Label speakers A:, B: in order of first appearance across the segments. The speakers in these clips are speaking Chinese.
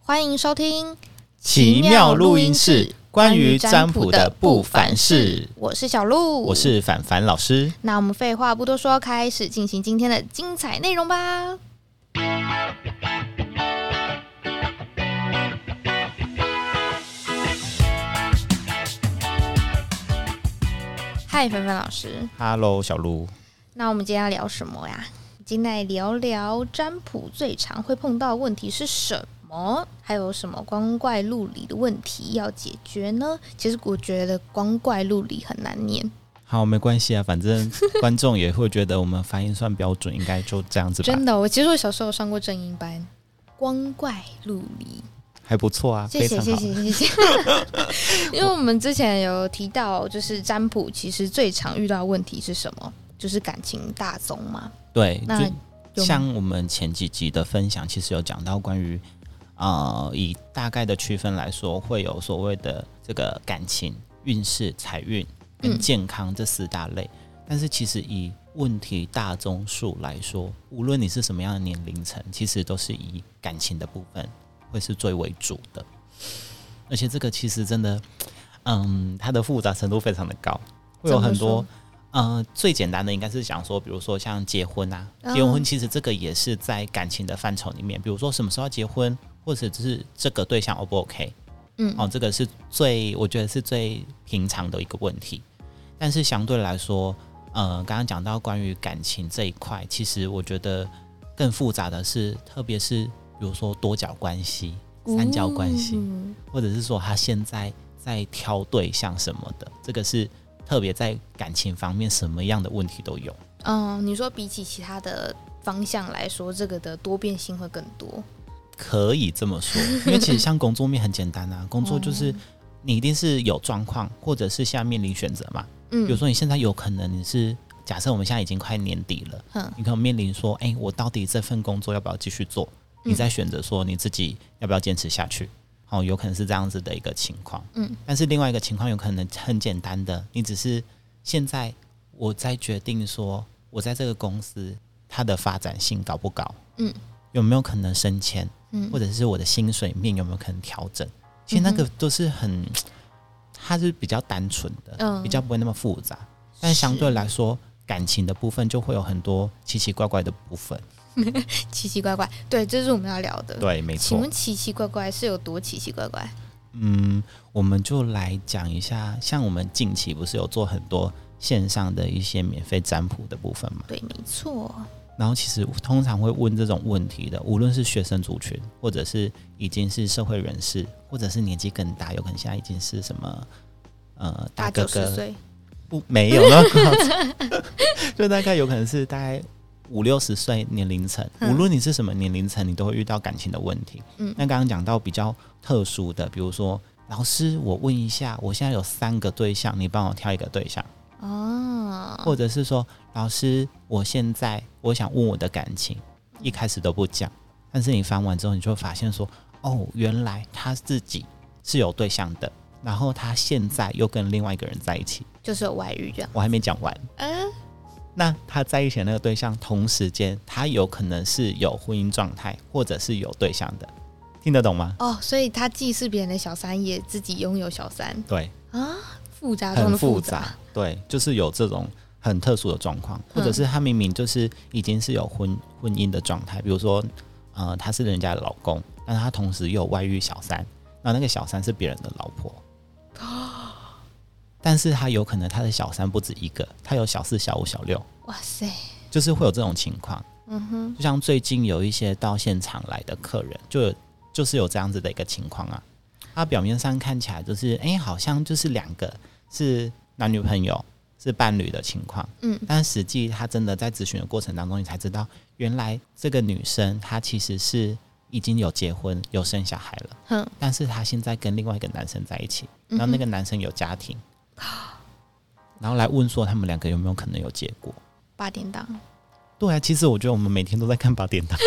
A: 欢迎收听
B: 奇妙录音室关于占卜的不凡事，
A: 我是小鹿，
B: 我。是凡凡老师。
A: 那我们废话不多说，开始进行今天的精彩内容吧。嗨，凡凡老师，
B: Hello，小鹿，
A: 那我们今天要聊什么呀？今天来聊聊占卜最常会碰到的问题是什么，还有什么光怪陆离的问题要解决呢？其实我觉得光怪陆离很难念，
B: 好，没关系啊，反 正观众也会觉得我们发音算标准，应该就这样子吧
A: 真，的。我其实我小时候上过正音班，光怪陆离。
B: 还不错啊，
A: 谢
B: 非
A: 谢
B: 常
A: 谢
B: 好。
A: 谢谢谢， 因为我们之前有提到，就是占卜其实最常遇到的问题是什么？就是感情大宗嘛。
B: 对，
A: 那
B: 就
A: 有
B: 像我们前几集的分享，其实有讲到关于呃，以大概的区分来说，会有所谓的这个感情、运势、财运跟
A: 嗯
B: 健康这四大类。但是其实以问题大宗数来说，无论你是什么样的年龄层，其实都是以感情的部分会是最为主的。而且这个其实真的，嗯，它的复杂程度非常的高，会有
A: 怎么
B: 很多
A: 说。
B: 呃，最简单的应该是想说，比如说像结婚啊，
A: 嗯
B: 结婚其实这个也是在感情的范畴里面，比如说什么时候要结婚，或者是这个对象 O 不 OK，
A: 嗯，
B: 哦，这个是最我觉得是最平常的一个问题。但是相对来说，呃，刚刚讲到关于感情这一块，其实我觉得更复杂的是，特别是比如说多角关系、三角关系，
A: 嗯
B: 或者是说他现在在挑对象什么的，这个是特别在感情方面什么样的问题都有。
A: 嗯，你说比起其他的方向来说，这个的多变性会更多。
B: 可以这么说，因为其实像工作面很简单啊，工作就是你一定是有状况，或者是下面临选择嘛。
A: 嗯，
B: 比如说你现在有可能你是假设我们现在已经快年底了，
A: 嗯
B: 你可能面临说，哎、我到底这份工作要不要继续做？
A: 嗯
B: 你在选择说你自己要不要坚持下去，哦，有可能是这样子的一个情况。
A: 嗯，
B: 但是另外一个情况有可能很简单的，你只是现在我在决定说，我在这个公司它的发展性高不高？
A: 嗯，
B: 有没有可能升迁？
A: 嗯
B: 或者是我的薪水面有没有可能调整？其实那个都是很，它是比较单纯的，
A: 嗯
B: 比较不会那么复杂。但相对来说，感情的部分就会有很多奇奇怪怪的部分。
A: 奇奇怪怪，对，这是我们要聊的。
B: 对，没
A: 请
B: 错
A: 问。奇奇怪怪是有多奇奇怪怪？
B: 嗯，我们就来讲一下，像我们近期不是有做很多线上的一些免费占卜的部分嘛？
A: 对，没错。
B: 然后其实通常会问这种问题的，无论是学生族群，或者是已经是社会人士，或者是年纪更大，有可能现在已经是什么呃大
A: 八
B: 哥
A: 九十
B: 哥，
A: 岁，
B: 不没有 那么夸张，就大概有可能是大概五六十岁年龄层，
A: 嗯
B: 无论你是什么年龄层，你都会遇到感情的问题。
A: 嗯
B: 那刚刚讲到比较特殊的，比如说老师，我问一下，我现在有三个对象，你帮我挑一个对象，
A: 哦，
B: 或者是说老师，我现在我想问我的感情，一开始都不讲，但是你翻完之后，你就会发现说，哦，原来他自己是有对象的。然后他现在又跟另外一个人在一起，
A: 就是有外遇这样。
B: 我还没讲完。
A: 嗯、
B: 那他在一起的那个对象，同时间他有可能是有婚姻状态，或者是有对象的，听得懂吗？
A: 哦，所以他既是别人的小三，也自己拥有小三
B: 对，
A: 啊，复杂中
B: 很
A: 的
B: 复
A: 杂。
B: 杂，嗯对，就是有这种很特殊的状况，或者是他明明就是已经是有婚婚姻的状态，比如说，呃，他是人家的老公，但他同时又有外遇小三，那那个小三是别人的老 婆，但是他有可能他的小三不止一个，他有小四、小五、小六，
A: 哇塞，
B: 就是会有这种情况。
A: 嗯哼，
B: 就像最近有一些到现场来的客人，就有就是有这样子的一个情况啊。他表面上看起来就是，哎、好像就是两个是男女朋友，是伴侣的情况，
A: 嗯，
B: 但实际他真的在咨询的过程当中，你才知道，原来这个女生她其实是已经有结婚、有生小孩了，
A: 哼，
B: 但是她现在跟另外一个男生在一起，
A: 嗯嗯哼
B: 然后那个男生有 家庭，然后来问说他们两个有没有可能有结果。
A: 八点档，
B: 对啊，其实我觉得我们每天都在看八点档，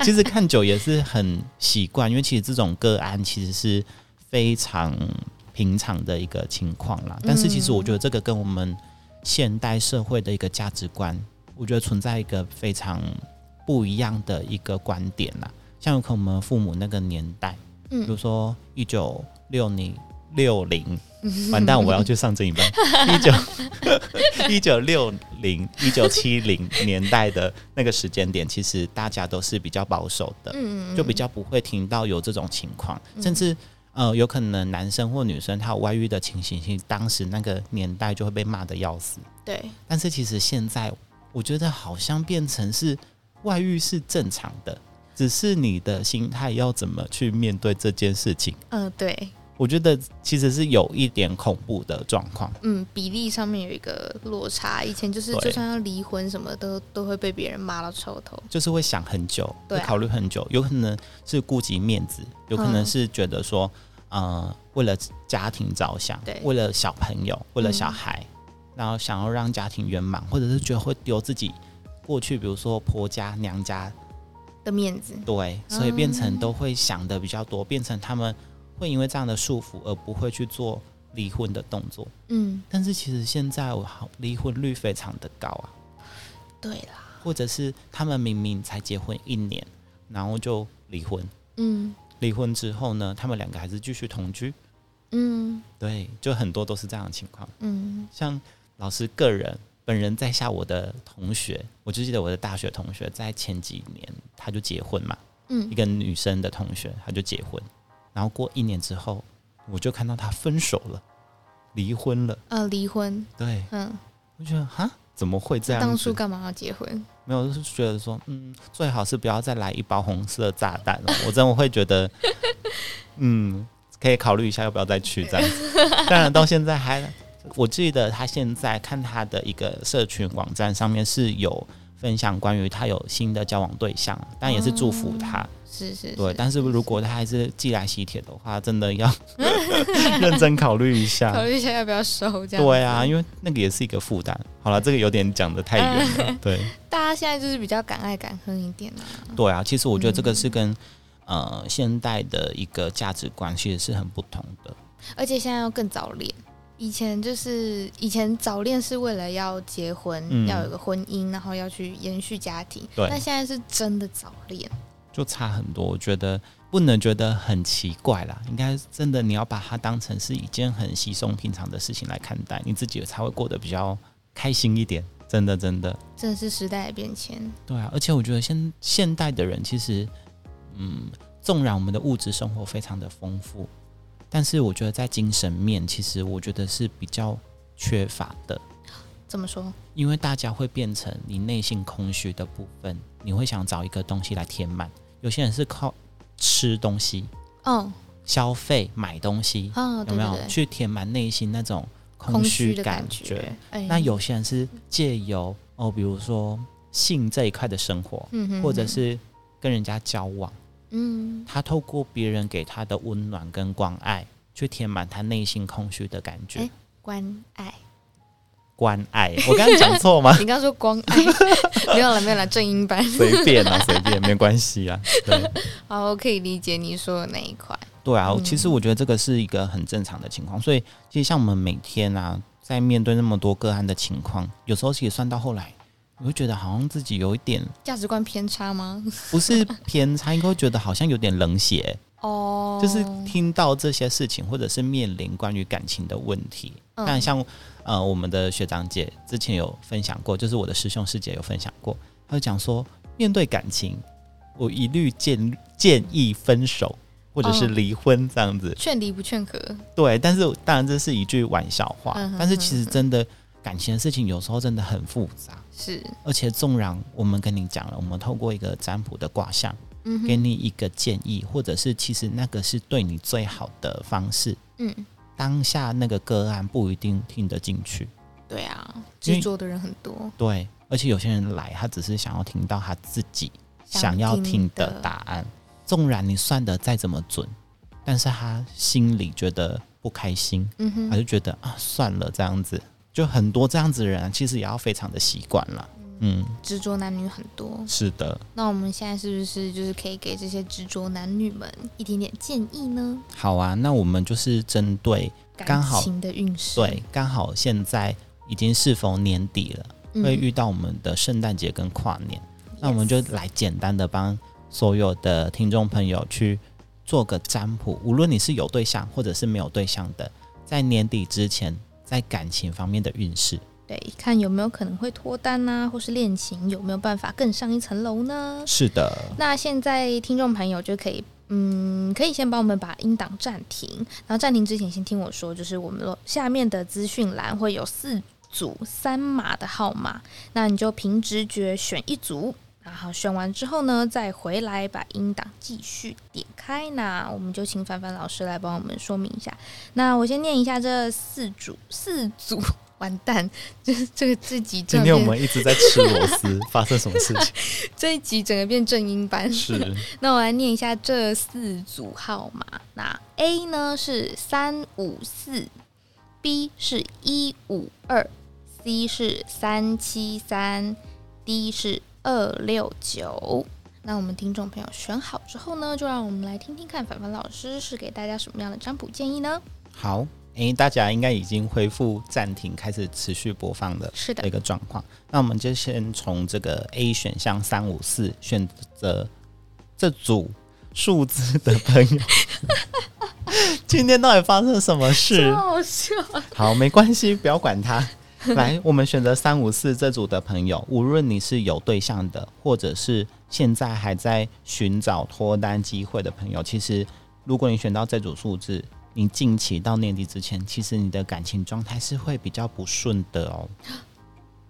B: 其实看久也是很习惯，因为其实这种个案其实是非常平常的一个情况啦。但是其实我觉得这个跟我们现代社会的一个价值观，我觉得存在一个非常不一样的一个观点啦。像有可能我们父母那个年代，比如
A: 嗯，
B: 说一九六零六零，完蛋，我要去上正音班。一九 一九六零一九七零年代的那个时间点，其实大家都是比较保守的，
A: 嗯
B: 就比较不会听到有这种情况，甚至。呃，有可能男生或女生他有外遇的情形，其实当时那个年代就会被骂的要死。
A: 对，
B: 但是其实现在，我觉得好像变成是外遇是正常的，只是你的心态要怎么去面对这件事情。
A: 嗯对，
B: 我觉得其实是有一点恐怖的状况，
A: 嗯，比例上面有一个落差。以前就是
B: 对
A: 就算要离婚什么都都会被别人骂到臭头。
B: 就是会想很久，
A: 对
B: 会
A: 啊
B: 考虑很久，有可能是顾及面子，有可
A: 嗯
B: 能是觉得说，呃，为了家庭着想
A: 对，嗯
B: 为了小朋友，为了小孩，然后想要让家庭圆满，或者是觉得会丢自己过去，比如说婆家、娘家
A: 的面子，
B: 对，
A: 嗯
B: 所以变成都会想的比较多，变成他们会因为这样的束缚而不会去做离婚的动作。
A: 嗯，
B: 但是其实现在我好离婚率非常的高啊，
A: 对啦，
B: 或者是他们明明才结婚一年，然后就离婚，
A: 嗯
B: 离婚之后呢，他们两个还是继续同居。
A: 嗯
B: 对，就很多都是这样的情况。
A: 嗯
B: 像老师个人本人在下我的同学，我就记得我的大学同学在前几年他就结婚嘛，一
A: 嗯，
B: 个女生的同学，她就结婚，然后过一年之后，我就看到她分手了，离婚了。
A: 呃，离婚，
B: 对，
A: 嗯，
B: 我觉得哈，怎么会这样
A: 当初
B: 子？
A: 干嘛要结婚？
B: 没有，就是觉得说，嗯，最好是不要再来一包红色炸弹了。 我真的会觉得，嗯，可以考虑一下要不要再去这样子。 当然，到现在还，我记得她现在看她的一个社群网站上面是有分享关于她有新的交往对象，但也是祝福她。
A: 是是，
B: 对，
A: 嗯是
B: 但是如果他还是寄来喜帖的话，真的 要认真考虑一
A: 考
B: 下。
A: 虑一下要嗯不要收这样。
B: 对啊，，因为那个也是一个负担。好了，这个有点讲的太 远了。对
A: 大家现在就是比较敢爱敢恨一点啦、
B: 对啊，其实我觉得这个是跟、呃现代的一个价值观其实是很不同的。
A: 而且现在要更早恋。以前就是以前早恋是为了要结婚，
B: 嗯
A: 要有个婚姻，然后要去延续家庭。
B: 对
A: 那现在是真的早恋，
B: 就差很多。我觉得不能觉得很奇怪啦，应该真的你要把它当成是一件很稀松平常的事情来看待，你自己才会过得比较开心一点。真的，真的。
A: 真的是时代的变迁。
B: 对啊，而且我觉得现现代的人其实，嗯，纵然我们的物质生活非常的丰富，但是我觉得在精神面，其实我觉得是比较缺乏的，
A: 怎么说？
B: 因为大家会变成你内心空虚的部分，你会想找一个东西来填满。有些人是靠吃东西、
A: 哦
B: 消费、买东西，
A: 哦，
B: 有
A: 对
B: 没有
A: 对对，
B: 去填满内心那种
A: 空
B: 空
A: 虚
B: 虚
A: 的
B: 感
A: 觉。哎
B: 那，有些人是借由哦，比如说性这一块的生活，
A: 嗯哼
B: 或者
A: 哼
B: 是跟人家交往，
A: 嗯
B: 他透过别人给他的温暖跟关爱，去填满他内心空虚的感觉。
A: 诶关爱，
B: 关爱，我刚刚
A: ？
B: 讲错吗
A: 你刚刚说光 爱，没有了没有了，正音版。
B: 随便啊，随便，没关系啊。对
A: 好，我可以理解你说的那一块。
B: 对啊，其
A: 嗯
B: 实我觉得这个是一个很正常的情况，所以其实像我们每天啊，在面对那么多个案的情况，有时候其实算到后来。你会觉得好像自己有一点
A: 价值观偏差吗？
B: 不是偏差，应该会觉得好像有点冷血，
A: 哦，
B: 就是听到这些事情，或者是面临关于感情的问题，
A: 嗯
B: 但像呃，我们的学长姐之前有分享过，就是我的师兄师姐有分享过，他就讲说，面对感情，我一律建建议分手或者是
A: 哦
B: 离婚这样子。
A: 劝离不劝和，
B: 对，但是当然这是一句玩笑话，
A: 嗯哼
B: 但是其实真的感情的事情有时候真的很复杂，
A: 是，
B: 而且纵然我们跟你讲了，我们透过一个占卜的卦象。
A: 嗯哼
B: 给你一个建议，或者是其实那个是对你最好的方式，
A: 嗯，
B: 当下那个个案不一定听得进去，
A: 对啊，执
B: 因为
A: 着的人很多，
B: 对，而且有些人来，他只是想要听到他自己
A: 想
B: 想要
A: 听
B: 听的
A: 的
B: 答案，纵然你算的再怎么准，但是他心里觉得不开心，
A: 嗯
B: 他
A: 哼，
B: 就觉得啊算了这样子，就很多这样子的人啊其实也要非常的习惯了，嗯，
A: 执着男女很多。
B: 是的，
A: 那我们现在是不是就是可以给这些执着男女们一点点建议呢？
B: 好啊，那我们就是针对刚好
A: 感情的运势，
B: 对，刚好现在已经适逢年底了。
A: 嗯，
B: 会遇到我们的圣诞节跟跨年，那我们就来简单的帮所有的听众朋友去做个占卜，无论你是有对象或者是没有对象的，在年底之前，在感情方面的运势。
A: 对，看有没有可能会脱单呐、或是恋情有没有办法更上一层楼呢？
B: 是的，
A: 那现在听众朋友就可以，嗯，可以先帮我们把音档暂停，然后暂停之前先听我说，就是我们的下面的资讯栏会有四组三码的号码，那你就凭直觉选一组。然后选完之后呢，再回来把音档继续点开。那我们就请凡凡老师来帮我们说明一下。那我先念一下这四组，四组 完蛋，就是这个这集
B: 今
A: 正
B: 天我
A: 面
B: 们一直在吃螺 丝，发生什么事情？
A: 这一集整个变正音班。
B: 是
A: 那我来念一下这四组号码。那 A 呢是三五四，B 是一五二，C 是三七三，D 是二六九。那我们听众朋友选好之后呢，就让我们来听听看凡凡老师是给大家什么样的占卜建议呢？
B: 好，诶、大家应该已经恢复暂停，开始持续播放了。
A: 是
B: 的一
A: 的，
B: 个状况。那我们就先从这个 A 选项三五四选择这组数字的朋友。 今天到底发生什么事？
A: 好笑。
B: 好，没关系，不要管他。来，我们选择三五四这组的朋友，无论你是有对象的，或者是现在还在寻找脱单机会的朋友，其实如果你选到这组数字，你近期到年底之前，其实你的感情状态是会比较不顺的哦，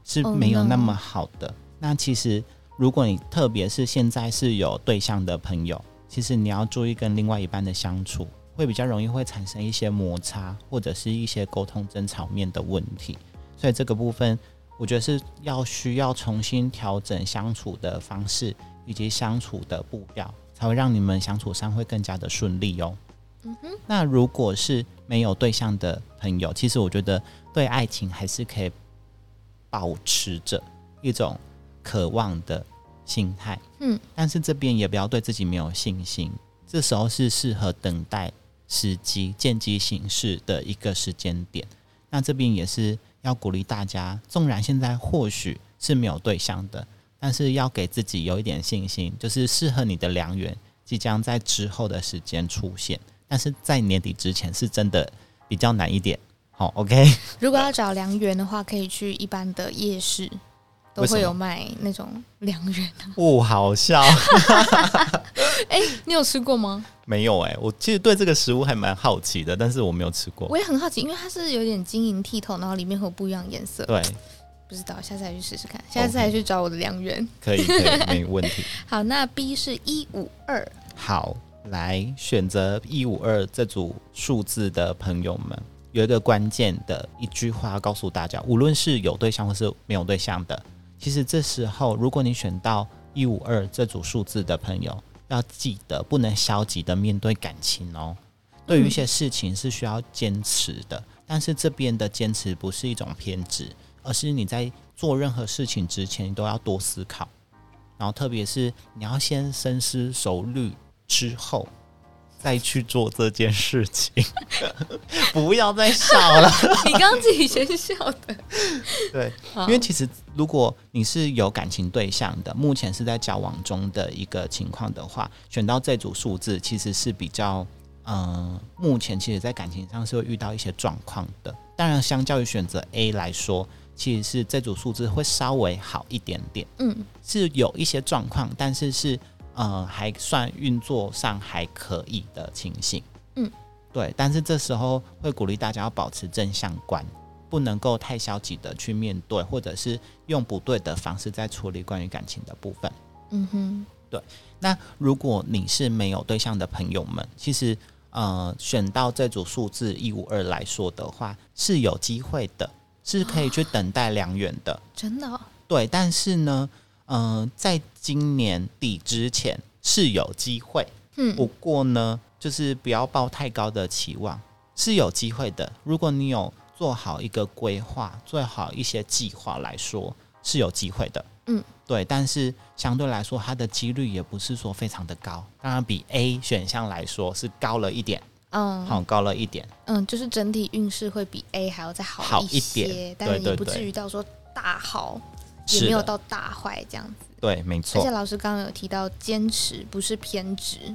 B: 是
A: Oh
B: 没有
A: no
B: 那么好的。那其实如果你特别是现在是有对象的朋友，其实你要注意跟另外一半的相处，会比较容易会产生一些摩擦或者是一些沟通争吵面的问题。所以这个部分，我觉得是要需要重新调整相处的方式以及相处的步调，才会让你们相处上会更加的顺利哦。
A: 嗯哼，
B: 那如果是没有对象的朋友，其实我觉得对爱情还是可以保持着一种渴望的心态。
A: 嗯，
B: 但是这边也不要对自己没有信心，这时候是适合等待时机、见机行事的一个时间点。那这边也是要鼓励大家，纵然现在或许是没有对象的，但是要给自己有一点信心，就是适合你的良缘即将在之后的时间出现，但是在年底之前是真的比较难一点。好，OK，
A: 如果要找良缘的话，可以去一般的夜市，都
B: 为什
A: 会
B: 么
A: 有卖那种良缘。
B: 不哦好笑。
A: 哎、你有吃过吗？
B: 没有哎、我其实对这个食物还蛮好奇的，但是我没有吃过。
A: 我也很好奇，因为它是有点晶莹剔透，然后里面会有不一样的颜色。
B: 对，
A: 不知道，下次再去试试看，下次再去找我的良缘。
B: 可以，可以，没问题。
A: 好，那 B 是一五二，
B: 好，来选择一五二这组数字的朋友们，有一个关键的一句话告诉大家：无论是有对象或是没有对象的，其实这时候如果你选到一五二这组数字的朋友，要记得不能消极的面对感情哦。对于一些事情是需要坚持的，但是这边的坚持不是一种偏执，而是你在做任何事情之前，你都要多思考。然后特别是你要先深思熟虑之后再去做这件事情， 不要再笑了。
A: 你刚刚自己先笑的。
B: 对，
A: 好
B: 因为其实如果你是有感情对象的，目前是在交往中的一个情况的话，选到这组数字其实是比较，嗯，目前其实在感情上是会遇到一些状况的。当然，相较于选择 A 来说，其实是这组数字会稍微好一点点。
A: 嗯，
B: 是有一些状况，但是是呃还算运作上还可以的情形。
A: 嗯，
B: 对。但是这时候会鼓励大家要保持正向观，不能够太消极的去面对，或者是用不对的方式在处理关于感情的部分。
A: 嗯哼，
B: 那如果你是没有对象的朋友们，其实呃，选到这组数字一五二来说的话，是有机会的，是可以去等待良缘的。
A: 真的哦、
B: 对，但是呢，呃，在今年底之前是有机会，
A: 嗯
B: 不过呢，就是不要抱太高的期望，是有机会的。如果你有做好一个规划，做好一些计划来说，是有机会的。
A: 嗯，
B: 对，但是相对来说，它的几率也不是说非常的高，当然比 A 选项来说是高了一点，
A: 嗯，
B: 好、高了一点。
A: 嗯，就是整体运势会比 A 还要再好
B: 好
A: 一
B: 一
A: 些，
B: 点
A: 但是
B: 对
A: 也
B: 对
A: 不
B: 对
A: 至于到说大好，也
B: 是
A: 没有
B: 的
A: 到大坏这样子。
B: 对，没
A: 而
B: 错
A: 且，老师刚刚有提到，坚持不是偏执，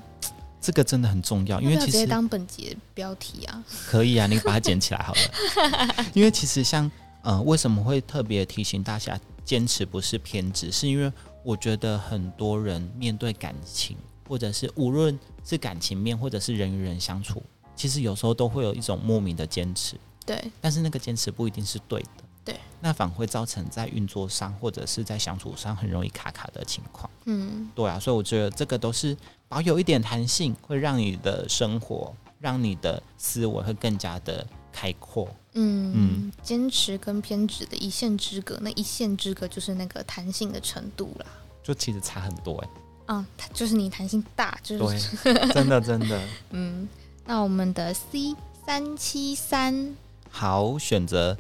B: 这个真的很重要，因为
A: 要不要
B: 其
A: 直接
B: 实
A: 当本节标题啊，
B: 可以啊，你把它捡起来好了。因为其实像呃，为什么会特别提醒大家坚持不是偏执，是因为我觉得很多人面对感情，或者是无论是感情面，或者是人与人相处，其实有时候都会有一种莫名的坚持，
A: 对
B: 但是那个坚持不一定是对的。
A: 对，
B: 那反而会造成在运作上或者是在相处上很容易卡卡的情况。
A: 嗯，
B: 对啊，所以我觉得这个都是保有一点弹性，会让你的生活，让你的思维会更加的开阔。
A: 嗯，坚持跟偏执的一线之隔，那一线之隔就是那个弹性的程度啦。
B: 就其实差很多哎、
A: 啊，它就是你弹性大，就是
B: 对，真的真的
A: 嗯，那我们的 C 三七三，
B: 好选择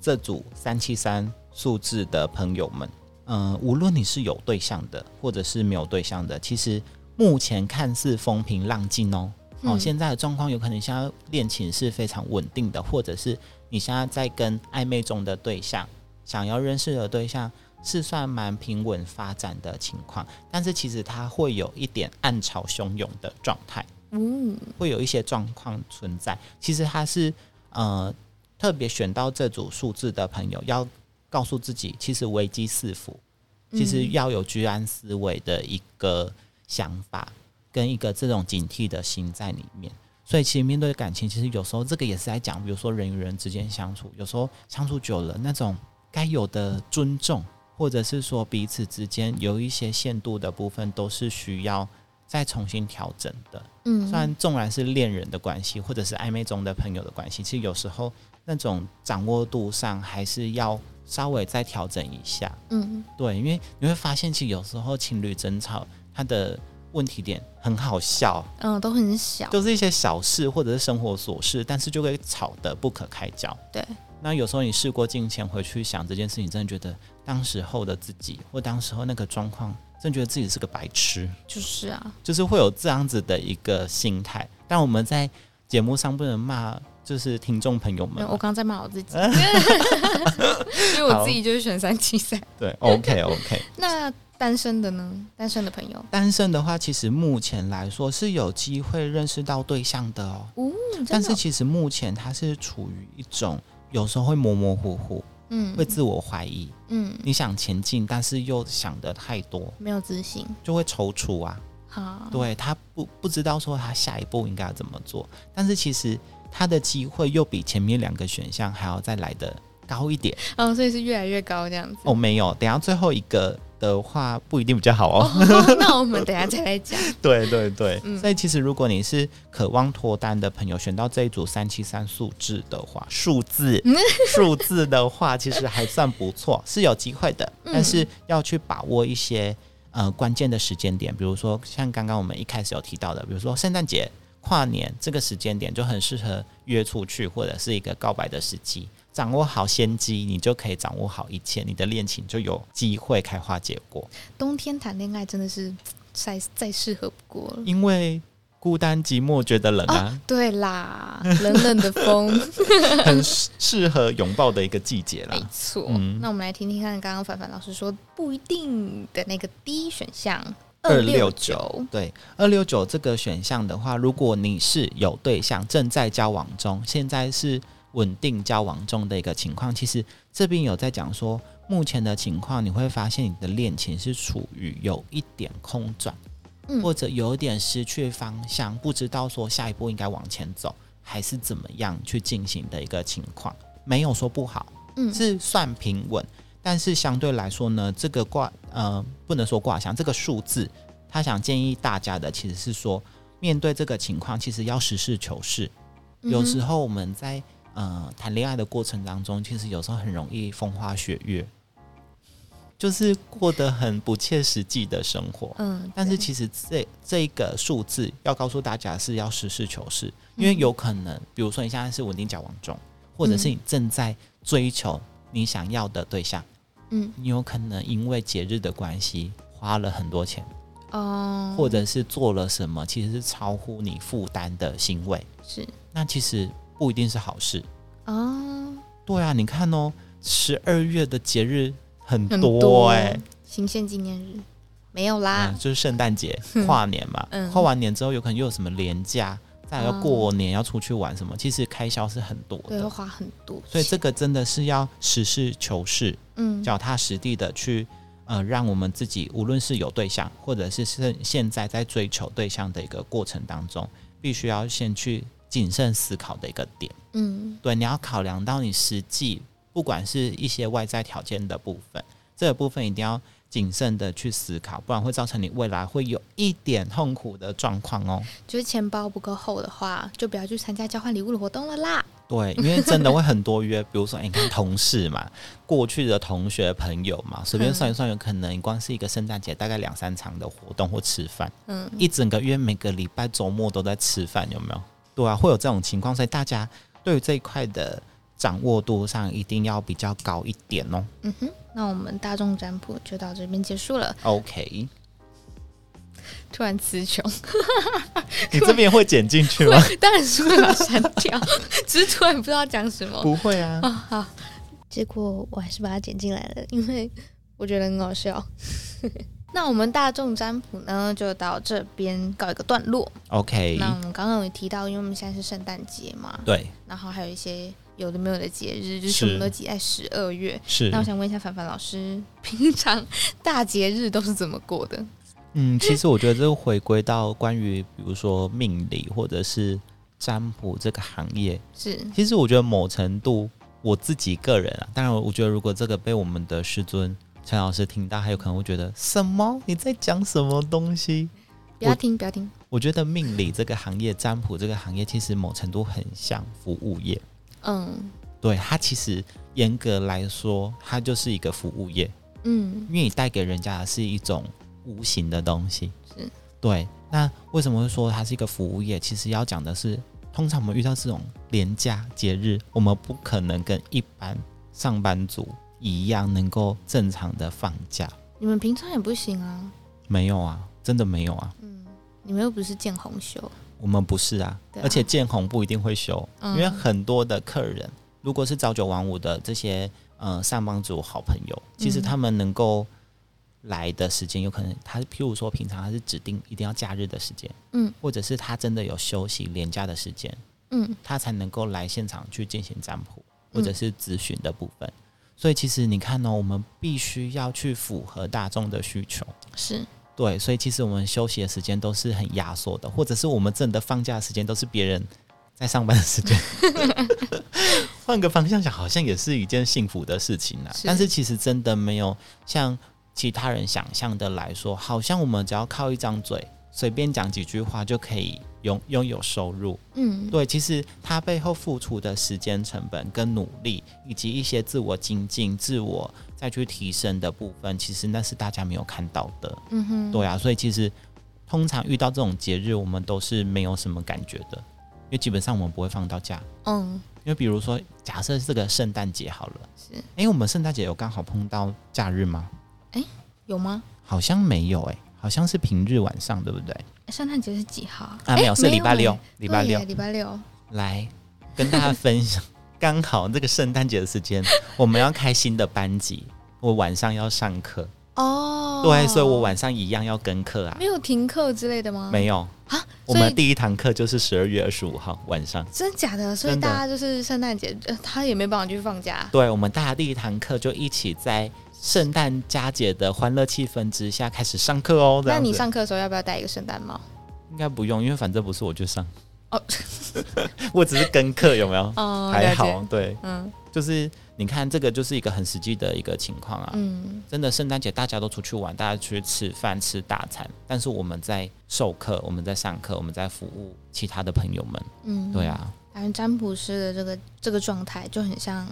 B: 这组三七三数字的朋友们，嗯、无论你是有对象的，或者是没有对象的，其实目前看似风平浪静哦。哦，
A: 嗯
B: 现在的状况有可能现在恋情是非常稳定的，或者是你现在在跟暧昧中的对象，想要认识的对象是算蛮平稳发展的情况，但是其实它会有一点暗潮汹涌的状态，
A: 嗯，
B: 会有一些状况存在。其实它是呃特别选到这组数字的朋友，要告诉自己，其实危机四伏，
A: 嗯
B: 其实要有居安思危的一个想法，跟一个这种警惕的心在里面。所以，其实面对感情，其实有时候这个也是在讲，比如说人与人之间相处，有时候相处久了，那种该有的尊重，或者是说彼此之间有一些限度的部分，都是需要再重新调整的。
A: 嗯，
B: 虽然纵然是恋人的关系，或者是暧昧中的朋友的关系，其实有时候那种掌握度上还是要稍微再调整一下。
A: 嗯，
B: 对，因为你会发现，其实有时候情侣争吵，它的问题点很好笑，
A: 嗯，都很小，
B: 就是一些小事或者是生活琐事，但是就会吵得不可开交。
A: 对，
B: 那有时候你事过境迁回去想这件事情，真的觉得当时候的自己或当时候那个状况，真觉得自己是个白痴。
A: 就是啊，
B: 就是会有这样子的一个心态。但我们在节目上不能骂，就是听众朋友
A: 没
B: 们
A: 有嗯
B: 嘛。
A: 我刚刚在骂我自 己，因为我自己就是选三七三。
B: 对，OK OK。
A: 那单身的呢？单身的朋友，
B: 单身的话，其实目前来说是有机会认识到对象的哦。
A: 哦，真的
B: 但是其实目前他是处于一种有时候会模模糊糊，
A: 嗯
B: 会自我怀疑，
A: 嗯，
B: 你想前进，但是又想的太多，
A: 没有自信，
B: 就会踌躇啊。
A: 好，
B: 对他不不知道说他下一步应该要怎么做，但是其实他的机会又比前面两个选项还要再来的高一点
A: 嗯，所以是越来越高这样子。
B: 哦。没有，等一下最后一个的话不一定比较好 哦。
A: 那我们等一下再来讲。
B: 对对对，
A: 嗯
B: 所以其实如果你是渴望脱单的朋友，选到这一组三七三数字的 话，数字数字的话，其实还算不错，是有机会的，
A: 嗯
B: 但是要去把握一些呃关键的时间点，比如说像刚刚我们一开始有提到的，比如说圣诞节、跨年这个时间点就很适合约出去，或者是一个告白的时机。掌握好先机，你就可以掌握好一切，你的恋情就有机会开花结果。
A: 冬天谈恋爱真的是再再适合不过了。
B: 因为孤单寂寞觉得冷啊，
A: 对啦，冷冷的 风，
B: 很适适合拥抱的一个季节啦
A: 没。错。
B: 嗯
A: 那我们来听听看，刚刚凡凡老师说不一定的那个 D 选项
B: 269
A: 九，
B: 对，二六九这个选项的话，如果你是有对象正在交往中，现在是稳定交往中的一个情况，其实这边有在讲说，目前的情况你会发现你的恋情是处于有一点空转，
A: 嗯
B: 或者有点失去方向，不知道说下一步应该往前走还是怎么样去进行的一个情况，没有说不好。
A: 嗯，
B: 是算平稳，但是相对来说呢，这个卦呃不能说卦象，这个数字，他想建议大家的其实是说，面对这个情况，其实要实事求是。
A: 嗯哼
B: 有时候我们在呃谈恋爱的过程当中，其实有时候很容易风花雪月，就是过得很不切实际的生活。
A: 嗯，
B: 但是
A: 对
B: 其实这这个数字要告诉大家是要实事求是，因为有可能，比如说你现在是稳定交往中，或者是你正在追求你想要的对象，
A: 嗯
B: 你有可能因为节日的关系花了很多钱，
A: 哦，
B: 或者是做了什么其实是超乎你负担的行为，
A: 是
B: 那其实不一定是好事。
A: 哦，
B: 对啊，你看哦，十二月的节日很
A: 很
B: 多哎、
A: 行宪纪念日没有啦
B: 嗯，，就是圣诞节、跨年嘛，
A: 啊嗯
B: 跨完年之后有可能又有什么年假，再来要
A: 哦
B: 过年、要出去玩什么，其实开销是很多
A: 对，会
B: 的。
A: 花很多钱。
B: 所以这个真的是要实事求是，
A: 嗯，
B: 脚踏实地的去，呃，让我们自己无论是有对象，或者是是现在在追求对象的一个过程当中，必须要先去谨慎思考的一个点。
A: 嗯
B: 对，你要考量到你实际，不管是一些外在条件的部分，这个部分一定要谨慎的去思考，不然会造成你未来会有一点痛苦的状况哦。
A: 就是钱包不够厚的话，就不要去参加交换礼物的活动了啦。
B: 对，因为真的会很多约，比如说，哎你看同事嘛，过去的同学朋友嘛，随便算一算，有可能光是一个圣诞节大概两三场的活动或吃饭，
A: 嗯，
B: 一整个月每个礼拜周末都在吃饭，有没有？对啊，会有这种情况，所以大家对于这一块的掌握度上一定要比较高一点哦。
A: 嗯哼，那我们大众占卜就到这边结束了。
B: OK，
A: 突然词穷，
B: 你这边会剪进去吗？
A: 当然是会把它删掉， 只是突然不知道讲什么。
B: 不会啊，
A: 好，结果我还是把它剪进来了，因为我觉得很好 笑。那我们大众占卜呢，就到这边告一个段落。
B: OK，
A: 那我们刚刚有提到，因为我们现在是圣诞节嘛，
B: 对，
A: 然后还有一些有的没有的节日，就是
B: 是
A: 全部都挤在十二月。
B: 是
A: 那我想问一下凡凡老师，平常大节日都是怎么过的？
B: 嗯，其实我觉得这回归到关于比如说命理或者是占卜这个行业，
A: 是
B: 其实我觉得某程度我自己个人啊，当然我觉得如果这个被我们的师尊陈老师听到，还有可能会觉得什么你在讲什么东西？
A: 不要听，不要听，
B: 我觉得命理这个行业、占卜这个行业，其实某程度很像服务业。
A: 嗯
B: 对它其实严格来说，它就是一个服务业，
A: 嗯
B: 因为你带给人家的是一种无形的东西。
A: 是，
B: 对。那为什么会说它是一个服务业？其实要讲的是，通常我们遇到这种廉价节日，我们不可能跟一般上班族一样能够正常的放假。
A: 你们平常也不行啊，
B: 没有啊，真的没有啊，
A: 嗯，你们又不是见红袖，
B: 我们不是啊。
A: 对啊
B: 而且见红不一定会休，
A: 嗯
B: 因为很多的客人，如果是朝九晚五的这些呃上班族好朋友，其实
A: 嗯
B: 他们能够来的时间，有可能他譬如说平常他是指定一定要假日的时间，
A: 嗯，
B: 或者是他真的有休息连假的时间，
A: 嗯
B: 他才能够来现场去进行占卜
A: 嗯
B: 或者是咨询的部分。所以其实你看呢、哦我们必须要去符合大众的需求。
A: 是，
B: 对，所以其实我们休息的时间都是很压缩的，或者是我们真的放假的时间都是别人在上班的时间。换个方向想，好像也是一件幸福的事情啊。
A: 是
B: 但是其实真的没有像其他人想象的来说，好像我们只要靠一张嘴，随便讲几句话就可以拥拥有收入。
A: 嗯
B: 对，其实他背后付出的时间成本跟努力，以及一些自我精进、自我再去提升的部分，其实那是大家没有看到的。
A: 嗯哼，
B: 对啊，所以其实通常遇到这种节日，我们都是没有什么感觉的，因为基本上我们不会放到假。
A: 嗯
B: 因为比如说，假设这个圣诞节好了，
A: 是，
B: 诶，我们圣诞节有刚好碰到假日吗？
A: 有吗？
B: 好像没有、诶，好像是平日晚上，对不对？
A: 哎圣诞节是几号啊？
B: 啊，
A: 诶
B: 没有，是礼拜六
A: 欸，
B: 礼拜六
A: 对耶礼拜六，
B: 来跟大家分享。刚好这个圣诞节的时间，我们要开新的班级，我晚上要上课，
A: 哦，
B: 对，所以我晚上一样要跟课啊，
A: 没有停课之类的吗？
B: 没有。
A: 啊，
B: 我
A: 所
B: 们
A: 以
B: 第一堂课就是十二月二十五号晚上。
A: 真假的，所以
B: 真的
A: 大家就是圣诞节，呃他也没办法去放假，
B: 对，我们大家第一堂课就一起在圣诞佳节的欢乐气氛之下开始上课哦。这
A: 那
B: 样
A: 你
B: 子
A: 上课的时候要不要戴一个圣诞帽？
B: 应该不用，因为反正不是我就上。
A: 哦，
B: 我只是跟课，有没有？
A: 哦，
B: 还
A: 了
B: 好
A: 解，，
B: 对，
A: 嗯
B: 就是你看这个就是一个很实际的一个情况啊。
A: 嗯
B: 真的，圣诞节大家都出去玩，大家去吃饭吃大餐，但是我们在授课，我们在上课，我们在服务其他的朋友们。
A: 嗯，
B: 对，啊，
A: 反正占卜师的这个这个状态就很像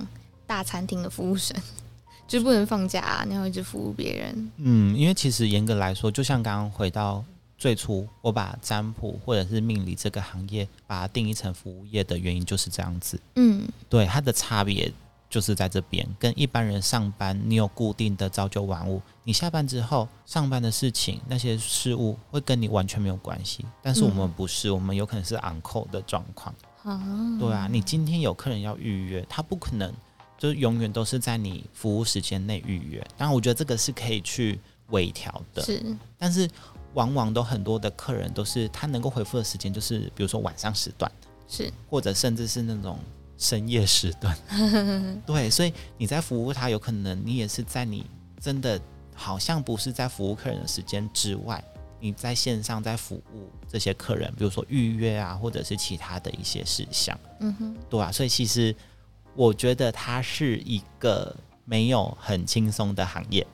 A: 大餐厅的服务生， 就是不能放假啊，你要一直服务别人，
B: 嗯，因为其实严格来说，就像刚刚回到最初，我把占卜或者是命理这个行业把它定义成服务业的原因就是这样子。
A: 嗯
B: 对它的差别就是在这边，跟一般人上班，你有固定的朝九晚五，你下班之后上班的事情那些事物会跟你完全没有关系。但是我们
A: 嗯
B: 不是，我们有可能是 on call 的状况。
A: 啊，
B: 对啊，你今天有客人要预约，他不可能就是永远都是在你服务时间内预约。当然，我觉得这个是可以去微调的。
A: 是
B: 但是往往都很多的客人都是他能够回复的时间，就是比如说晚上时段，
A: 是
B: 或者甚至是那种深夜时段。 对，所以你在服务他，有可能你也是在你真的好像不是在服务客人的时间之外，你在线上在服务这些客人，比如说预约啊，或者是其他的一些事项。
A: 嗯哼，
B: 对啊，所以其实我觉得它是一个没有很轻松的行业。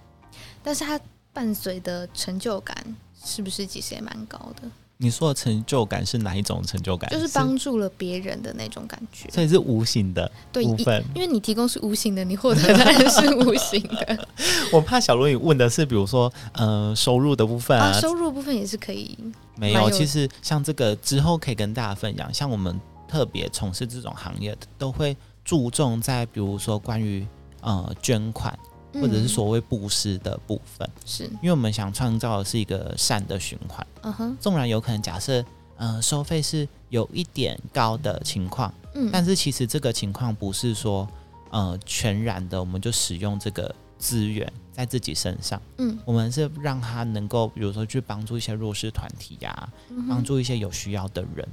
A: 但是它伴随的成就感是不是其实也蛮高的？
B: 你说的成就感是哪一种成就感？
A: 就是帮助了别人的那种感觉。
B: 所以哎是无形的
A: 对，
B: 部
A: 因
B: 分。
A: 因为你提供是无形的，你获得当然是无形的
B: 我怕小罗你问的是，比如说， 呃，收入的部分啊，
A: 啊，收入部分也是可以。
B: 没
A: 蛮
B: 有。
A: 有
B: 其实像这个之后可以跟大家分享，像我们特别从事这种行业的，都会注重在比如说关于呃捐款或者是
A: 嗯
B: 所谓布施的部分，
A: 是，
B: 因为我们想创造的是一个善的循环。
A: 嗯哼，
B: 纵然有可能假设，呃，收费是有一点高的情况，
A: 嗯，
B: 但是其实这个情况不是说，呃，全然的我们就使用这个资源在自己身上，
A: 嗯，
B: 我们是让他能够，比如说去帮助一些弱势团体呀、
A: 嗯哼
B: 帮助一些有需要的人，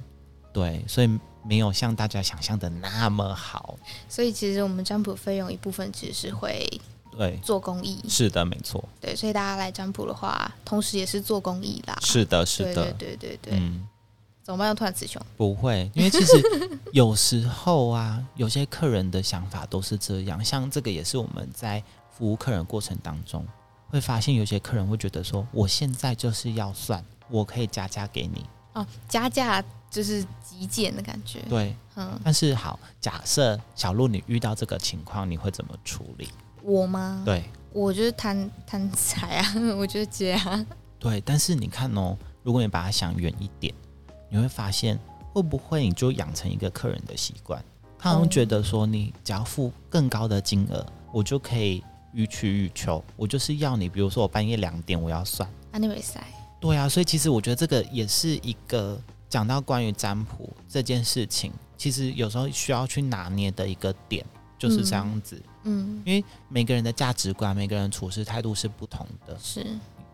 B: 对，所以没有像大家想象的那么好，
A: 所以其实我们占卜费用一部分其实是会
B: 对，
A: 做公益，
B: 是的，没错，
A: 对，所以大家来占卜的话，同时也是做公益啦。
B: 是的，是的，
A: 对对对对对，
B: 嗯。
A: 怎么办？又突然词穷，
B: 不会，因为其实有时候啊， 有些客人的想法都是这样。像这个也是我们在服务客人过程当中会发现，有些客人会觉得说，我现在就是要算，我可以加价给你。
A: 哦，加价就是极简的感觉。
B: 对，
A: 嗯，
B: 但是好，假设小鹿你遇到这个情况，你会怎么处理？
A: 我吗？，
B: 对
A: 我就是贪贪财啊， 我就是接啊。
B: 对，但是你看哦，如果你把它想远一点，你会发现会不会你就养成一个客人的习惯，他好
A: 哦
B: 像觉得说你只要付更高的金额，我就可以予取予求，我就是要你，比如说我半夜两点我要算，
A: 安利维塞，
B: 对啊，所以其实我觉得这个也是一个讲到关于占卜这件事情，其实有时候需要去拿捏的一个点就是这样子，
A: 嗯，
B: 因为每个人的价值观、每个人处事态度是不同的，
A: 是，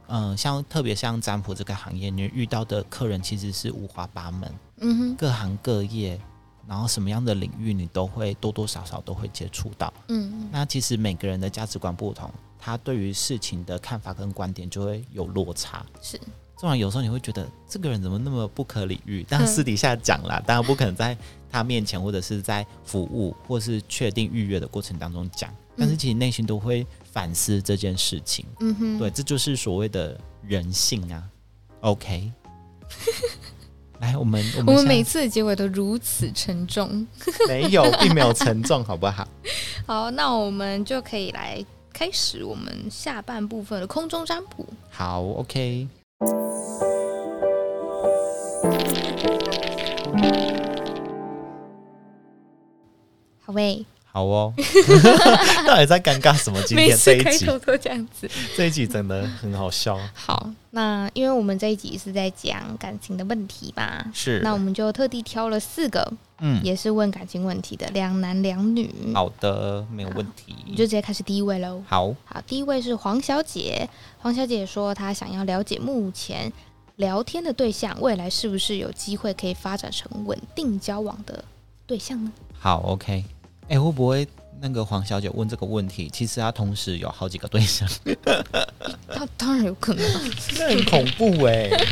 B: 嗯，像特别像占卜这个行业，你遇到的客人其实是五花八门，
A: 嗯哼，
B: 各行各业，然后什么样的领域你都会多多少少都会接触到。
A: 嗯，
B: 那其实每个人的价值观不同，他对于事情的看法跟观点就会有落差。
A: 是，
B: 纵然有时候你会觉得这个人怎么那么不可理喻，
A: 嗯
B: 但私底下讲啦，当然不可能在他面前或者是在服务或是确定预约的过程当中讲，但是其实内心都会反思这件事情。
A: 嗯哼，
B: 对，，这就是所谓的人性啊。OK，来，我们我
A: 我
B: 们
A: 们每
B: 现
A: 次的结尾都如此沉重。
B: 在没有，并没有沉重，好不好？
A: 好，那我们就可以来开始我们下半部分的空中占卜。
B: 好，OK。
A: 好喂，
B: 好哦， 到底在尴尬什么？今
A: 每
B: 天这
A: 次
B: 一
A: 开
B: 集
A: 头，都这样子。
B: 这一集真的很好笑。
A: 好，那因为我们这一集是在讲感情的问题吧，
B: 是，
A: 那我们就特地挑了四个，
B: 嗯，
A: 也是问感情问题的，两男两女。
B: 好的，没有问
A: 你就
B: 题。
A: 直接开始第一位喽。
B: 好，
A: 好，第一位是黄小姐。黄小姐说，她想要了解目前聊天的对象，未来是不是有机会可以发展成稳定交往的对象呢？
B: 好，OK。哎、会不会那个黄小姐问这个问题，其实她同时有好几个对 象，
A: 当当然有可能 啊，
B: 那很恐怖
A: 欸
B: 哎、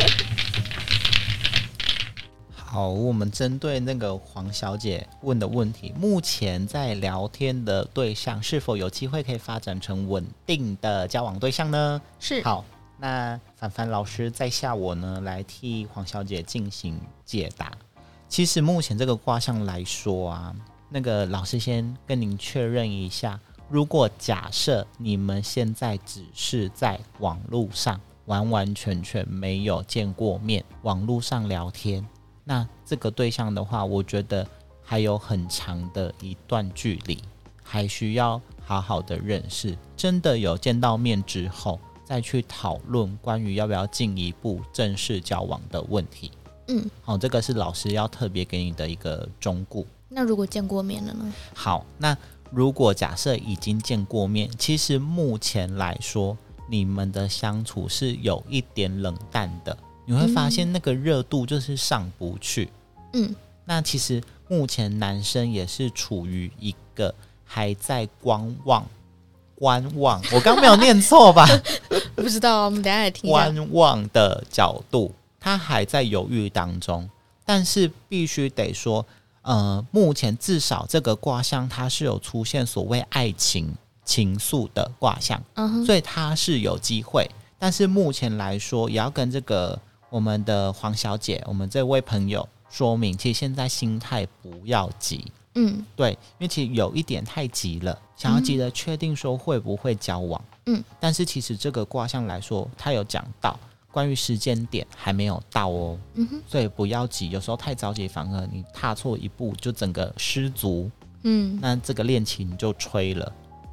B: 好，我们针对那个黄小姐问的问题，目前在聊天的对象是否有机会可以发展成稳定的交往对象呢？
A: 是
B: 好，那凡凡老师在下我呢，来替黄小姐进行解答。其实目前这个卦象来说啊，那个老师先跟您确认一下，如果假设你们现在只是在网络上完完全全没有见过面，网络上聊天，那这个对象的话，我觉得还有很长的一段距离，还需要好好的认识。真的有见到面之后，再去讨论关于要不要进一步正式交往的问题。
A: 嗯，
B: 好、这个是老师要特别给你的一个忠告。
A: 那如果见过面了呢？
B: 好，那如果假设已经见过面，其实目前来说，你们的相处是有一点冷淡的，你会发现那个热度就是上不去。
A: 嗯，
B: 那其实目前男生也是处于一个还在观望、观望，我刚没有念错吧？
A: 不知道啊，我们等一下来听一下。
B: 观望的角度，他还在犹豫当中。但是必须得说，呃，目前至少这个卦象它是有出现所谓爱情情愫的卦象，
A: 嗯哼，
B: 所以它是有机会。但是目前来说，也要跟这个我们的黄小姐，我们这位朋友说明，其实现在心态不要急，
A: 嗯
B: 对，因为其实有一点太急了，想要急着确定说会不会交往。
A: 嗯，
B: 但是其实这个卦象来说，它有讲到关于时间点还没有到哦，
A: 嗯哼，
B: 所以不要急，有时候太着急反而你踏错一步就整个失足，
A: 嗯
B: 那这个恋情就吹了。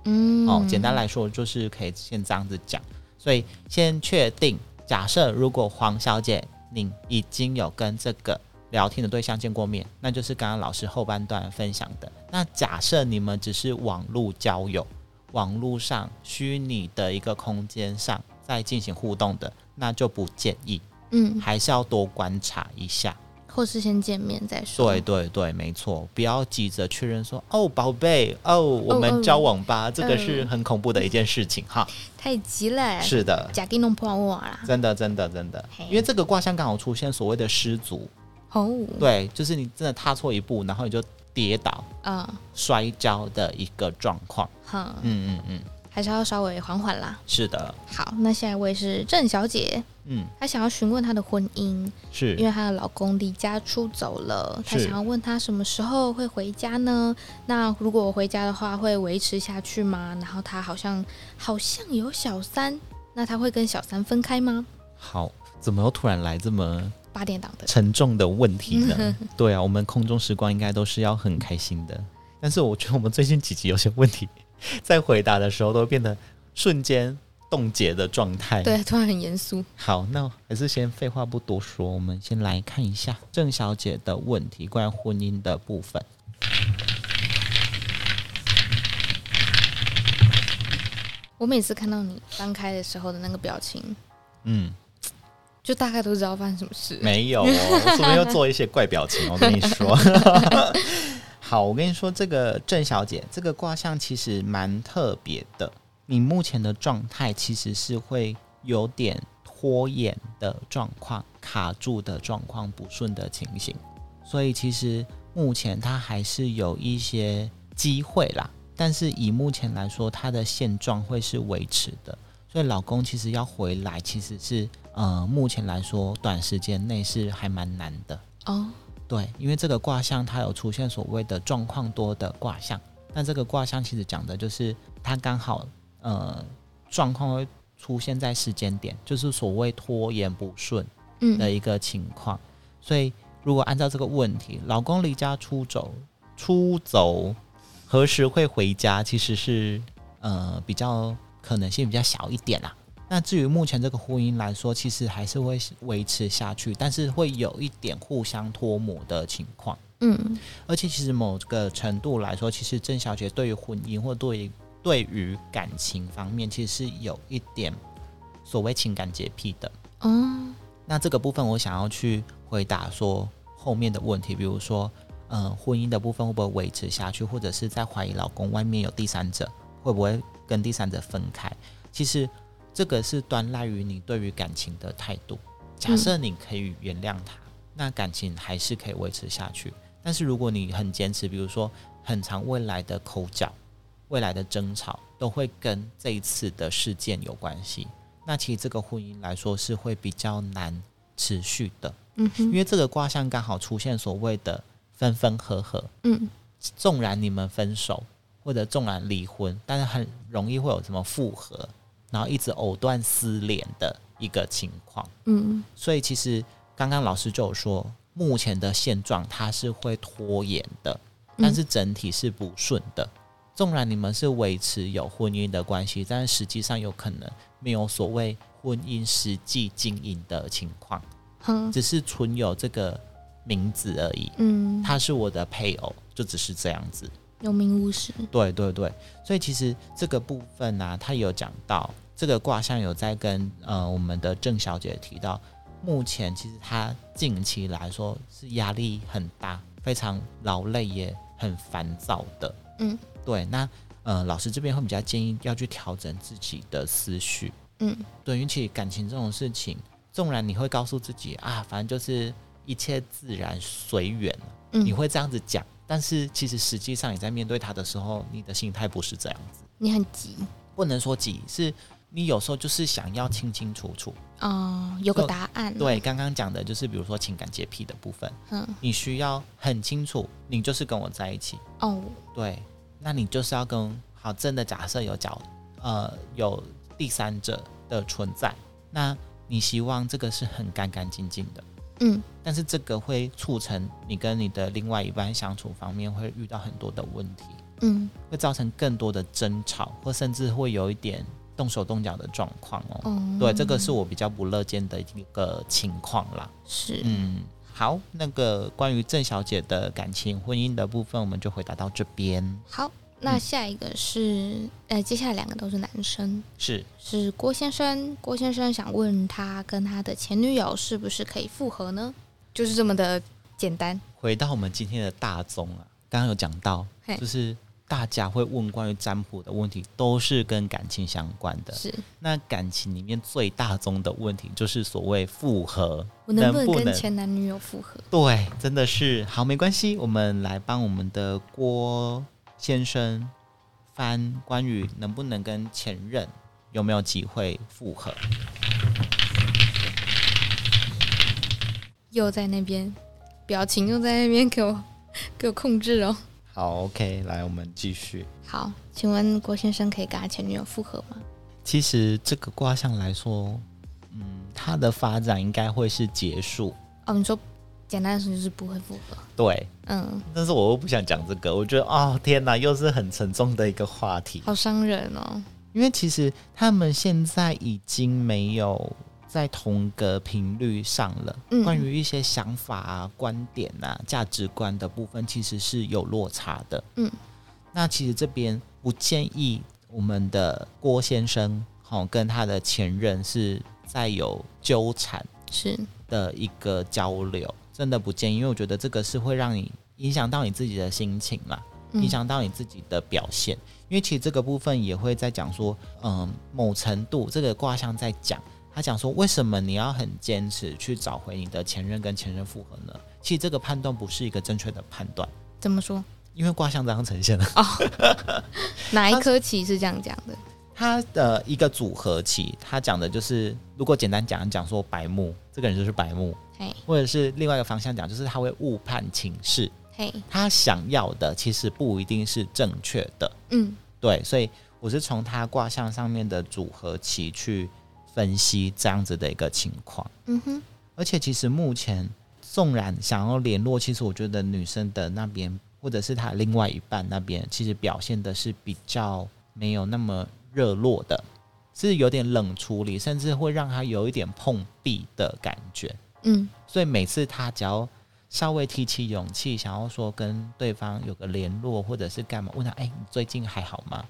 A: 嗯，
B: 哦，简单来说就是可以先这样子讲，所以先确定。假设如果黄小姐您已经有跟这个聊天的对象见过面，那就是刚刚老师后半段分享的。那假设你们只是网络交友，网络上虚拟的一个空间上在进行互动的，那就不建议，
A: 嗯，
B: 还是要多观察一下。
A: 或是先见面再说。
B: 对，对对，没错，不要急着确认说哦，宝贝，哦，我们交往吧，这个是很恐怖的一件事情哈。
A: 太急了，
B: 是的，
A: 假给弄破我啊啦。
B: 真的真的真的
A: 嘿，
B: 因为这个卦象刚好出现所谓的失足，
A: 哦，
B: 对，就是你真的踏错一步，然后你就跌倒
A: 啊，
B: 摔跤的一个状况。
A: 好，
B: 嗯嗯嗯，
A: 还是要稍微缓缓啦。
B: 是的，
A: 好，那下一位是郑小姐，
B: 嗯
A: 她想要询问她的婚姻，因
B: 是
A: 为她的老公离家出走了，她
B: 是
A: 想要问她什么时候会回家呢？那如果我回家的话，会维持下去吗？然后她好像好像有小三，那她会跟小三分开吗？
B: 好。怎么又突然来这么
A: 八点档的，
B: 沉重的问题 呢？对啊，我们空中时光应该都是要很开心的，但是我觉得我们最近几集有些问题，在回答的时候都变得瞬间冻结的状态。
A: 对，突然很严肃。
B: 好，那还是先废话不多说，我们先来看一下郑小姐的问题，关于婚姻的部分。
A: 我每次看到你翻开的时候的那个表情，
B: 嗯，
A: 就大概都知道发生什么事。
B: 没有哦，我怎么又做一些怪表情？我跟你说，好，我跟你说，这个郑小姐这个卦象其实蛮特别的，你目前的状态其实是会有点拖延的状况、卡住的状况、不顺的情形，所以其实目前她还是有一些机会啦。但是以目前来说，她的现状会是维持的，所以老公其实要回来，其实是呃，目前来说短时间内是还蛮难的。
A: 哦，
B: 对，因为这个卦象它有出现所谓的状况多的卦象，但这个卦象其实讲的就是它刚好呃状况会出现在时间点，就是所谓拖延不顺
A: 嗯
B: 的一个情况。所以如果按照这个问题，老公离家出走，出走何时会回家，其实是呃比较可能性比较小一点啦。啊那至于目前这个婚姻来说，其实还是会维持下去，但是会有一点互相脱模的情况。
A: 嗯
B: 而且其实某个程度来说，其实郑小姐对于婚姻或对于对于感情方面，其实是有一点所谓情感洁癖的。
A: 哦，
B: 那这个部分我想要去回答说后面的问题，比如说，呃，婚姻的部分会不会维持下去，或者是在怀疑老公外面有第三者，会不会跟第三者分开？其实这个是端赖于你对于感情的态度。假设你可以原谅他，那感情还是可以维持下去。但是如果你很坚持，比如说很长未来的口角、未来的争吵，都会跟这一次的事件有关系。那其实这个婚姻来说是会比较难持续的，
A: 嗯
B: 因
A: 哼，
B: 为这个卦象刚好出现所谓的分分合合。
A: 嗯
B: 纵然你们分手或者纵然离婚，但是很容易会有什么复合，然后一直藕断丝连的一个情况。
A: 嗯
B: 所以其实刚刚老师就有说，目前的现状它是会拖延的，但是整体是不顺的。纵然你们是维持有婚姻的关系，但是实际上有可能没有所谓婚姻实际经营的情况，
A: 哼，
B: 只是存有这个名字而已。
A: 嗯，
B: 他是我的配偶，就只是这样子。
A: 有名无实。
B: 啊对对对，所以其实这个部分呢、他有讲到这个卦象有在跟呃我们的郑小姐提到，目前其实她近期来说是压力很大，非常劳累，也很烦躁的。
A: 嗯，
B: 对。那呃，老师这边会比较建议要去调整自己的思绪。
A: 嗯
B: 对，尤其感情这种事情，纵然你会告诉自己啊，反正就是一切自然随缘，啊
A: 嗯，
B: 你会这样子讲，但是其实实际上你在面对他的时候，你的心态不是这样子。
A: 你很急
B: 不能说急，是你有时候就是想要清清楚楚。
A: 哦，有个
B: 就
A: 答案。，
B: 对，刚刚讲的就是比如说情感洁癖的部分，
A: 嗯，
B: 你需要很清楚，你就是跟我在一起。
A: 哦，
B: 对，那你就是要跟好真的假设有角呃有第三者的存在，那你希望这个是很干干净净的。
A: 嗯
B: 但是这个会促成你跟你的另外一半相处方面会遇到很多的问题，
A: 嗯，
B: 会造成更多的争吵，或甚至会有一点动手动脚的状况哦。
A: 哦，
B: 对，这个是我比较不乐见的一个情况啦。
A: 是，
B: 嗯，好，那个关于郑小姐的感情婚姻的部分，我们就回答到这边。
A: 好，那
B: 嗯
A: 下一个是，呃，接下来两个都是男生，
B: 是
A: 是郭先生。郭先生想问他跟他的前女友是不是可以复合呢？就是这么的简单。
B: 回到我们今天的大宗啊，刚刚有讲到
A: 嘿，
B: 就是大家会问关于占卜的问题，都是跟感情相关的。
A: 是
B: 那感情里面最大宗的问题就是所谓复合，
A: 我能不能
B: 能不
A: 跟
B: 能
A: 前男女友复合？
B: 对，真的是好，没关系，我们来帮我们的郭先生翻关于能不能跟前任有没有机会复合。
A: 又在那边，表情又在那边给我 给我控制哦。
B: 好，OK，来，我们继续。
A: 好，请问郭先生可以跟他前女友复合吗？
B: 其实这个卦象来说，嗯，它的发展应该会是结束。
A: 哦，你说简单的说就是不会复合。
B: 对，
A: 嗯，
B: 但是我又不想讲这个，我觉得哦，天哪，又是很沉重的一个话题。
A: 好伤人哦。
B: 因为其实他们现在已经没有在同个频率上了，
A: 嗯
B: 关于一些想法啊、观点啊、价值观的部分，其实是有落差的。
A: 嗯，
B: 那其实这边不建议我们的郭先生，好、跟他的前任是在有纠缠
A: 是，
B: 的一个交流，真的不建议，因为我觉得这个是会让你影响到你自己的心情嘛。
A: 嗯
B: 影，响到你自己的表现。因为其实这个部分也会在讲说，嗯，某程度这个卦象在讲，他讲说为什么你要很坚持去找回你的前任跟前任复合呢？其实这个判断不是一个正确的判断，
A: 怎么说？
B: 因为卦象这样呈现了，
A: 哪一颗棋是这样讲的？
B: 它的一个组合期，它讲的就是，如果简单讲讲说白目，这个人就是白目，
A: 嘿，
B: 或者是另外一个方向讲，就是他会误判情势，
A: 嘿，
B: 他想要的其实不一定是正确的。
A: 嗯，
B: 对，所以我是从它卦象上面的组合期去分析这样子的一个情况。
A: 嗯哼，
B: 而且其实目前纵然想要联络，其实我觉得女生的那边或者是她另外一半那边，其实表现的是比较没有那么热络的，是有点冷处理，甚至会让她有一点碰壁的感觉。
A: 嗯，
B: 所以每次他只要稍微提起勇气，想要说跟对方有个联络或者是干嘛，问他：“哎、你最近还好吗？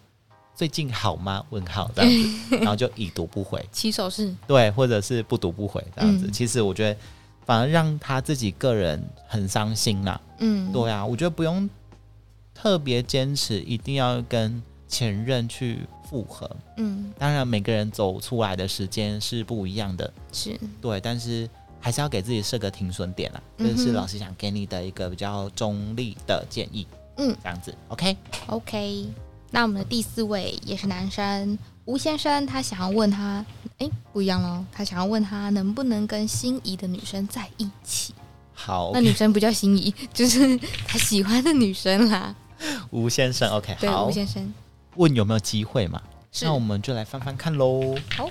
B: 最近好吗？”问号这样 子，然后就已读不回，
A: 起手是
B: 对，或者是不读不回这样子。
A: 嗯
B: 其实我觉得反而让他自己个人很伤心啦。
A: 嗯，
B: 对啊，我觉得不用特别坚持一定要跟前任去复合，
A: 嗯，
B: 当然每个人走出来的时间是不一样的。
A: 是，
B: 对，但是还是要给自己设个停损点啦。这、
A: 嗯
B: 是
A: 哼
B: 老师想给你的一个比较中立的建议。
A: 嗯，
B: 这样子，OK？
A: OK，那我们的第四位也是男生吴先生，他想要问他，哎，不一样喽，他想要问他能不能跟心仪的女生在一起。
B: 好
A: 那，女生不叫心仪， 就是他喜欢的女生啦。
B: 吴先生，OK，
A: 对，
B: 好
A: 吴，先生
B: 问有没有机会嘛？
A: 是
B: 那我们就来翻翻看喽。
A: 好，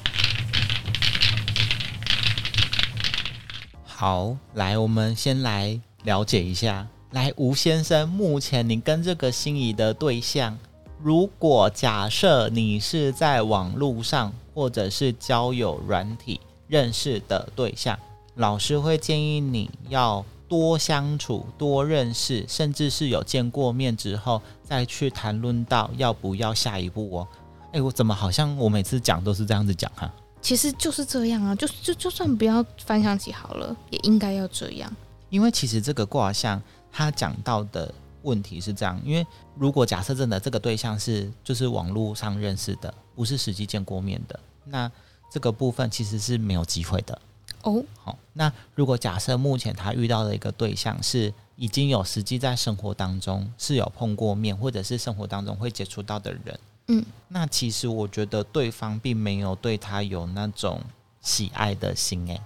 B: 好，来，我们先来了解一下。来，吴先生，目前你跟这个心仪的对象，如果假设你是在网络上或者是交友软体认识的对象，老师会建议你要多相处、多认识，甚至是有见过面之后再去谈论到要不要下一步哦。诶，哎、我怎么好像我每次讲都是这样子讲啊哈、
A: 其实就是这样啊，就就就算不要翻象棋好了，也应该要这样。
B: 因为其实这个卦象它讲到的问题是这样，因为如果假设真的这个对象是就是网络上认识的，不是实际见过面的，那这个部分其实是没有机会的。
A: 哦，
B: 好、那如果假设目前他遇到的一个对象是已经有实际在生活当中是有碰过面，或者是生活当中会接触到的人，
A: 嗯，
B: 那其实我觉得对方并没有对他有那种喜爱的心，诶，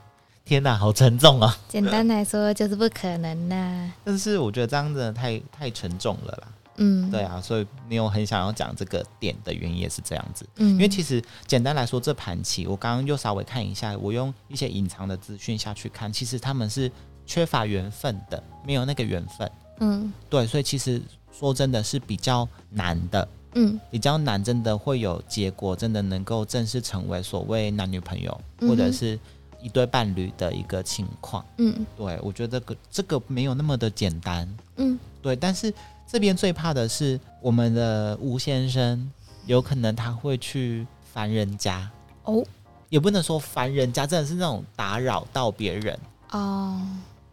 B: 天哪，好沉重 啊！
A: 简单来说就是不可能呐、
B: 但是我觉得这样真的太太沉重了啦。
A: 嗯，
B: 对，啊，所以你有很想要讲这个点的原因也是这样子，
A: 嗯，
B: 因为其实简单来说，这盘棋我刚刚又稍微看一下，我用一些隐藏的资讯下去看，其实他们是缺乏缘分的，没有那个缘分。
A: 嗯
B: 对，所以其实说真的是比较难的，
A: 嗯
B: 比较难，真的会有结果，真的能够正式成为所谓男女朋友
A: 嗯哼
B: 或者是一对伴侣的一个情况。
A: 嗯
B: 对我觉得这个这个没有那么的简单。
A: 嗯，
B: 对，但是这边最怕的是我们的吴先生，有可能他会去烦人家，
A: 哦
B: 也不能说烦人家，真的是那种打扰到别人。
A: 哦，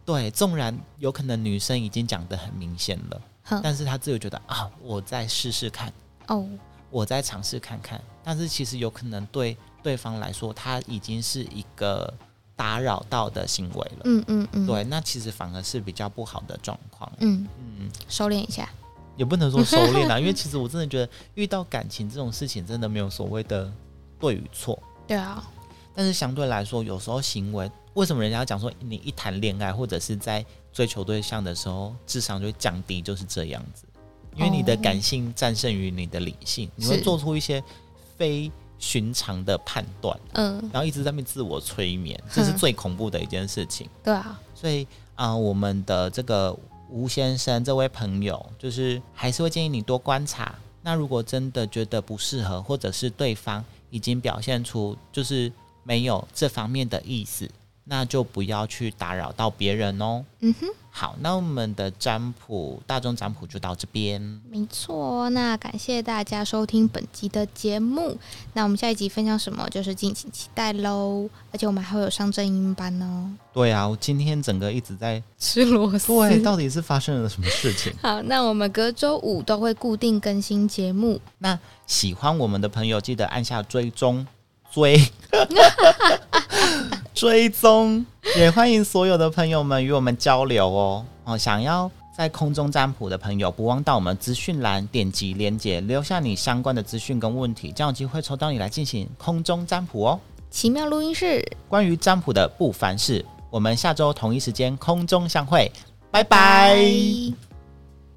B: 对，纵然有可能女生已经讲得很明显了，
A: 哼
B: 但是他自己觉得啊，我再试试看，
A: 哦，
B: 我再尝试看看。但是其实有可能对对方来说，他已经是一个打扰到的行为了。
A: 嗯嗯嗯，，
B: 对，那其实反而是比较不好的状况。
A: 嗯，
B: 嗯，
A: 收敛一下，
B: 也不能说收敛啦，因为其实我真的觉得遇到感情这种事情，真的没有所谓的对与错。
A: 对啊，
B: 但是相对来说，有时候行为，为什么人家讲说你一谈恋爱或者是在追求对象的时候，智商就会降低，就是这样子，因为你的
A: 哦
B: 感性战胜于你的理性，你会
A: 是
B: 做出一些非寻常的判断，
A: 嗯，
B: 然后一直在那边自我催眠，这是
A: 哼
B: 最恐怖的一件事情。
A: 对啊，
B: 所以啊、我们的这个吴先生这位朋友，就是还是会建议你多观察。那如果真的觉得不适合，或者是对方已经表现出就是没有这方面的意思，那就不要去打扰到别人哦。
A: 嗯哼，
B: 好，那我们的占卜大众占卜就到这边，
A: 没错。那感谢大家收听本集的节目，那我们下一集分享什么，就是敬请期待喽。而且我们还会有上正音班哦，
B: 对啊，我今天整个一直在
A: 吃螺
B: 对，到底是发生了什么事情？
A: 好，那我们隔周五都会固定更新节目，
B: 喜欢我们的朋友，记得按下追踪追 追踪，也欢迎所有的朋友们与我们交流哦。哦，想要在空中占卜的朋友，不忘到我们资讯栏点击连结，留下你相关的资讯跟问题，这样有机会抽到你来进行空中占卜哦。
A: 奇妙录音室，
B: 关于占卜的不凡事，我们下周同一时间空中相会，拜拜